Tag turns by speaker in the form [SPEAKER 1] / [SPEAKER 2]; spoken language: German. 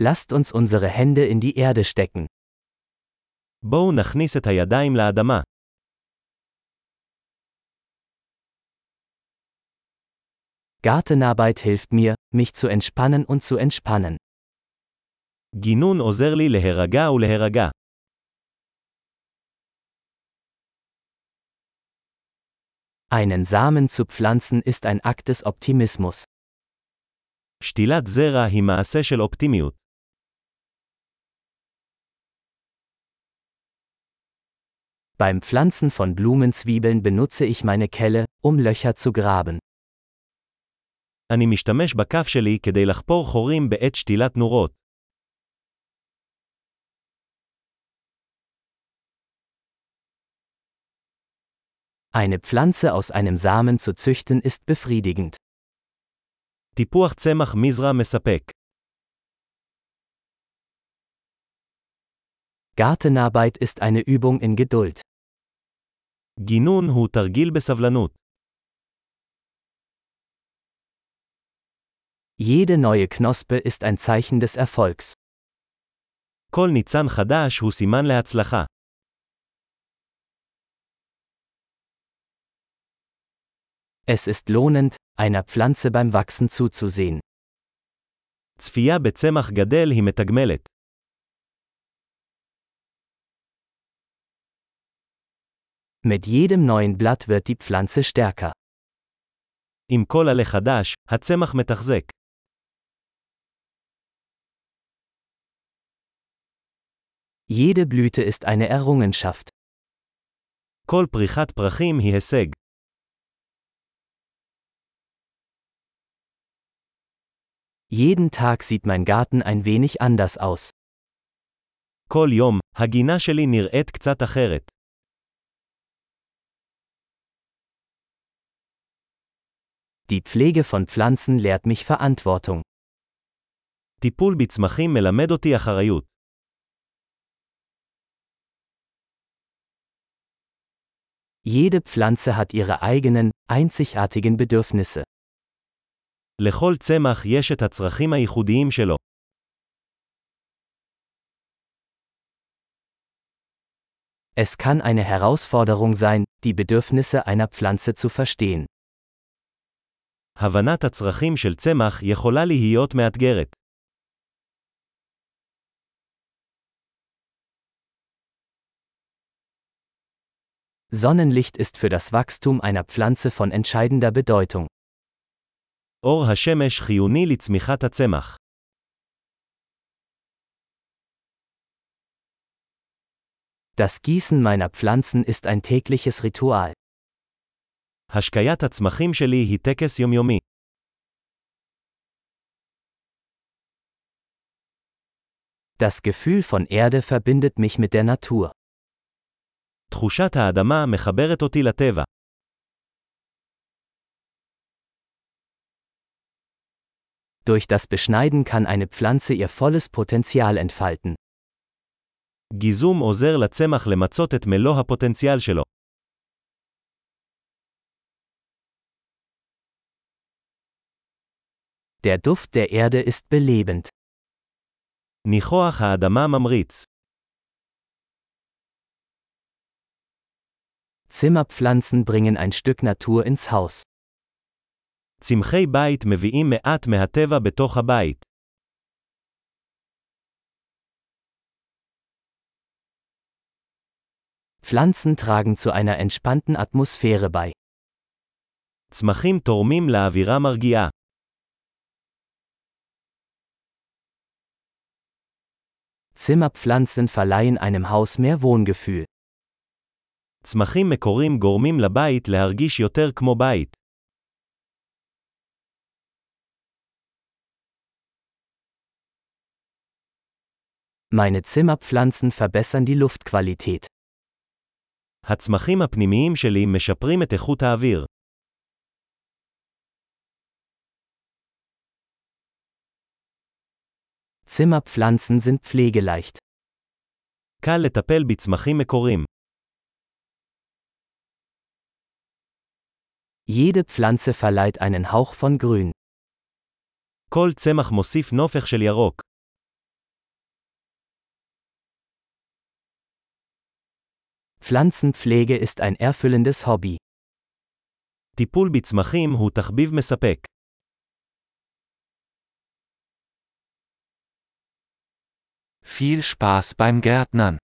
[SPEAKER 1] Lasst uns unsere Hände in die Erde stecken.
[SPEAKER 2] בואו נכניס את הידיים לאדמה.
[SPEAKER 1] Gartenarbeit hilft mir, mich zu entspannen und zu entspannen.
[SPEAKER 2] גינון עוזר לי להירגע ולהירגע.
[SPEAKER 1] Einen Samen zu pflanzen ist ein Akt des Optimismus.
[SPEAKER 2] שתילת זרע היא מעשה של אופטימיות.
[SPEAKER 1] Beim Pflanzen von Blumenzwiebeln benutze ich meine Kelle, um Löcher zu graben.
[SPEAKER 2] אני משתמש בכף שלי כדי לחפור חורים בעת שתילת נורות.
[SPEAKER 1] Eine Pflanze aus einem Samen zu züchten ist befriedigend.
[SPEAKER 2] טיפוח צמח מזרע מספק.
[SPEAKER 1] Gartenarbeit ist eine Übung in Geduld.
[SPEAKER 2] גינון הוא תרגיל בסבלנות.
[SPEAKER 1] Jede neue Knospe ist ein Zeichen des Erfolgs.
[SPEAKER 2] כל ניצן חדש הוא סימן להצלחה.
[SPEAKER 1] Es ist lohnend, einer Pflanze beim Wachsen zuzusehen.
[SPEAKER 2] צפייה בצמח גדל היא מתגמלת.
[SPEAKER 1] Mit jedem neuen Blatt wird die Pflanze stärker.
[SPEAKER 2] עם כל עלה חדש, הצמח מתחזק.
[SPEAKER 1] Jede Blüte ist eine Errungenschaft.
[SPEAKER 2] כל פריחת פרחים היא הישג.
[SPEAKER 1] Jeden Tag sieht mein Garten ein wenig anders aus.
[SPEAKER 2] כל יום, הגינה שלי נראית קצת אחרת.
[SPEAKER 1] Die Pflege von Pflanzen lehrt mich Verantwortung.
[SPEAKER 2] טיפול בצמחים מלמד אותי אחריות.
[SPEAKER 1] Jede Pflanze hat ihre eigenen, einzigartigen Bedürfnisse.
[SPEAKER 2] לכל צמח יש את הצרכים הייחודיים שלו.
[SPEAKER 1] Es kann eine Herausforderung sein, die Bedürfnisse einer Pflanze zu verstehen.
[SPEAKER 2] הבנת הצרכים של צמח יכולה להיות מאתגרת.
[SPEAKER 1] Sonnenlicht ist für das Wachstum einer Pflanze von entscheidender Bedeutung.
[SPEAKER 2] אור השמש חיוני לצמיחת הצמח.
[SPEAKER 1] Das Gießen meiner Pflanzen ist ein tägliches Ritual.
[SPEAKER 2] השקיית הצמחים שלי היא טקס יומיומי.
[SPEAKER 1] Das Gefühl von Erde verbindet mich mit der Natur.
[SPEAKER 2] תחושת האדמה מחברת אותי לטבע.
[SPEAKER 1] Durch das Beschneiden kann eine Pflanze ihr volles Potenzial entfalten.
[SPEAKER 2] גיזום עוזר לצמח למצות את מלוא הפוטנציאל שלו.
[SPEAKER 1] Der Duft der Erde ist belebend.
[SPEAKER 2] ניחוח האדמה ממריץ.
[SPEAKER 1] Zimmerpflanzen bringen ein Stück Natur ins Haus.
[SPEAKER 2] צמחי בית מביאים מעט מהטבע בתוך הבית.
[SPEAKER 1] Pflanzen tragen zu einer entspannten Atmosphäre bei.
[SPEAKER 2] צמחים תורמים לאווירה מרגיעה.
[SPEAKER 1] Zimmerpflanzen verleihen einem Haus mehr Wohngefühl.
[SPEAKER 2] צמחים מקורים גורמים לבית להרגיש יותר כמו בית.
[SPEAKER 1] Meine Zimmerpflanzen verbessern die Luftqualität.
[SPEAKER 2] הצמחים הפנימיים שלי משפרים את איכות האוויר.
[SPEAKER 1] Zimmerpflanzen sind pflegeleicht.
[SPEAKER 2] קל לטפל בצמחים מקורים.
[SPEAKER 1] Jede Pflanze verleiht einen Hauch von Grün.
[SPEAKER 2] כל צמח מוסיף נופך של ירוק.
[SPEAKER 1] Pflanzenpflege ist ein erfüllendes Hobby.
[SPEAKER 2] טיפול בצמחים הוא תחביב מספק.
[SPEAKER 3] Viel Spaß beim Gärtnern.